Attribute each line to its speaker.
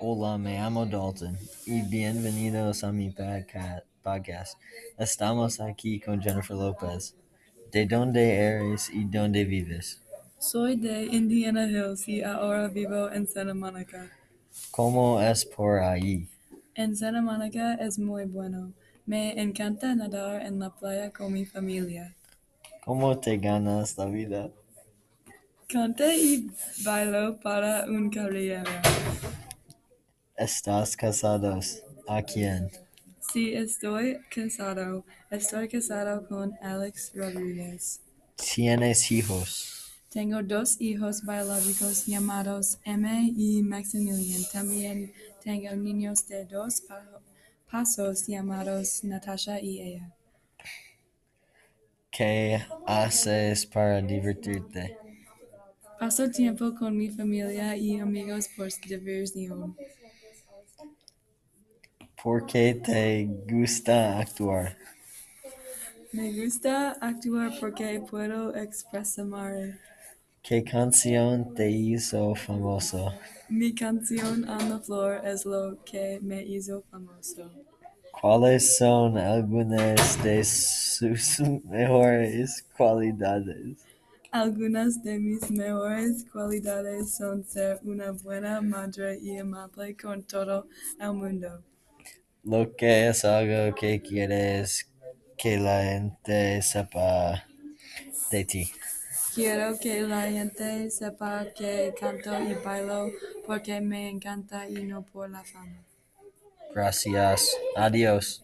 Speaker 1: Hola, me llamo Dalton y bienvenidos a mi podca- podcast. Estamos aquí con Jennifer López. ¿De dónde eres y dónde vives?
Speaker 2: Soy de Indiana Hills y ahora vivo en Santa Monica.
Speaker 1: ¿Cómo es por ahí?
Speaker 2: En Santa Monica es muy bueno. Me encanta nadar en la playa con mi familia.
Speaker 1: ¿Cómo te ganas la vida?
Speaker 2: Canté y bailo para un caballero.
Speaker 1: ¿Estás casados? ¿A quién?
Speaker 2: Sí, estoy casado. Estoy casado con Alex Rodríguez.
Speaker 1: ¿Tienes hijos?
Speaker 2: Tengo dos hijos biológicos llamados M y Maximilian. También tengo niños de dos pa- pasos llamados Natasha y ella.
Speaker 1: ¿Qué haces para divertirte?
Speaker 2: Paso tiempo con mi familia y amigos por diversión.
Speaker 1: ¿Por qué te gusta actuar?
Speaker 2: Me gusta actuar porque puedo expresarme.
Speaker 1: ¿Qué canción te hizo famoso?
Speaker 2: Mi canción On the Floor es lo que me hizo famoso.
Speaker 1: ¿Cuáles son algunas de sus mejores cualidades?
Speaker 2: Algunas de mis mejores cualidades son ser una buena madre y amable con todo el mundo.
Speaker 1: Lo que es algo que quieres que la gente sepa de ti.
Speaker 2: Quiero que la gente sepa que canto y bailo porque me encanta y no por la fama.
Speaker 1: Gracias. Adiós.